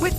With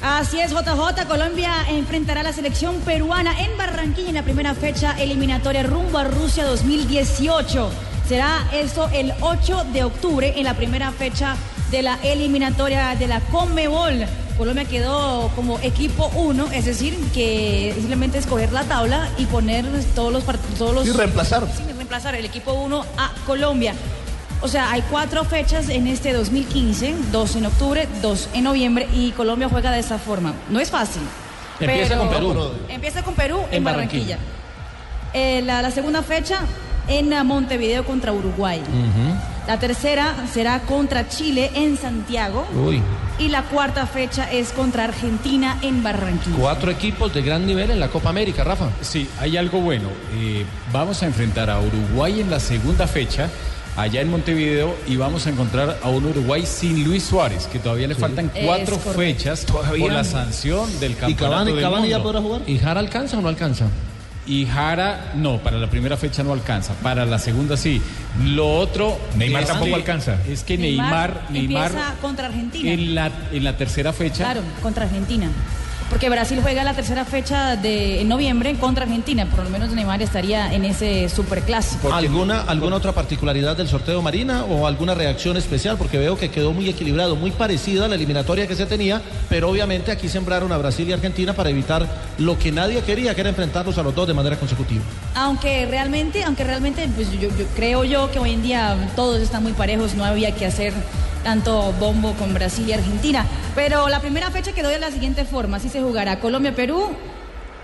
Así es, JJ. Colombia enfrentará a la selección peruana en Barranquilla en la primera fecha eliminatoria rumbo a Rusia 2018. Será esto el 8 de octubre en la primera fecha de la eliminatoria de la Conmebol. Colombia quedó como equipo 1, es decir, que simplemente escoger la tabla y poner todos los part- todos los Y reemplazar. Sí, reemplazar el equipo 1 a Colombia. O sea, hay cuatro fechas en este 2015, dos en octubre, dos en noviembre y Colombia juega de esa forma. No es fácil. Empieza pero- con Perú. Empieza con Perú en, En Barranquilla. Barranquilla. Eh, la, la segunda fecha en eh, Montevideo contra Uruguay. La tercera será contra Chile en Santiago. Uy, Y la cuarta fecha es contra Argentina en Barranquilla. cuatro equipos de gran nivel en la Copa América, Rafa. Sí, hay algo bueno. Eh, vamos a enfrentar a Uruguay en la segunda fecha, allá en Montevideo, y vamos a encontrar a un Uruguay sin Luis Suárez, que todavía le faltan Es cuatro correcto. fechas por la sanción del ¿Y campeonato Cavani, del Cavani ya mundo. podrá jugar? ¿Y Jara alcanza o no alcanza? Y Jara, no, para la primera fecha no alcanza, para la segunda sí. Lo otro... Neymar es tampoco que- alcanza. Es que Neymar, Neymar, empieza contra Argentina. en, la, en la tercera fecha... Claro, contra Argentina. Porque Brasil juega la tercera fecha de en noviembre contra Argentina. Por lo menos Neymar estaría en ese superclásico. ¿Alguna, ¿Alguna otra particularidad del sorteo Marina o alguna reacción especial? Porque veo que quedó muy equilibrado, muy parecida a la eliminatoria que se tenía, pero obviamente aquí sembraron a Brasil y Argentina para evitar lo que nadie quería, que era enfrentarlos a los dos de manera consecutiva. Aunque realmente, aunque realmente, pues yo, yo creo yo que hoy en día todos están muy parejos, no había que hacer tanto bombo con Brasil y Argentina. Pero la primera fecha quedó de la siguiente forma, así se jugará Colombia-Perú,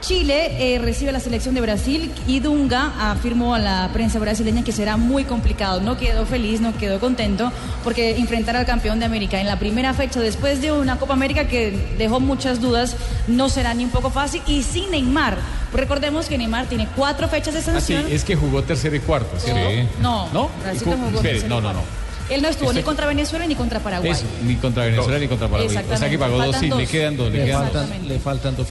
Chile eh, recibe a la selección de Brasil y Dunga afirmó a la prensa brasileña que será muy complicado. No quedó feliz, no quedó contento porque enfrentar al campeón de América en la primera fecha después de una Copa América que dejó muchas dudas no será ni un poco fácil y sin Neymar. Recordemos que Neymar tiene cuatro fechas de Ah, sí, sanción. es que jugó tercera y cuarta, ¿cierto? No, ¿No? Brasil no jugó Espere, tercero no, y no, no. cuarto. Él no estuvo Este- ni contra Venezuela ni contra Paraguay. Eso, ni contra Venezuela ni contra Paraguay. O sea que Exactamente. pagó dos, Faltan sí, le dos. quedan dos, le Le quedan falta- dos. Faltan- le faltan dos.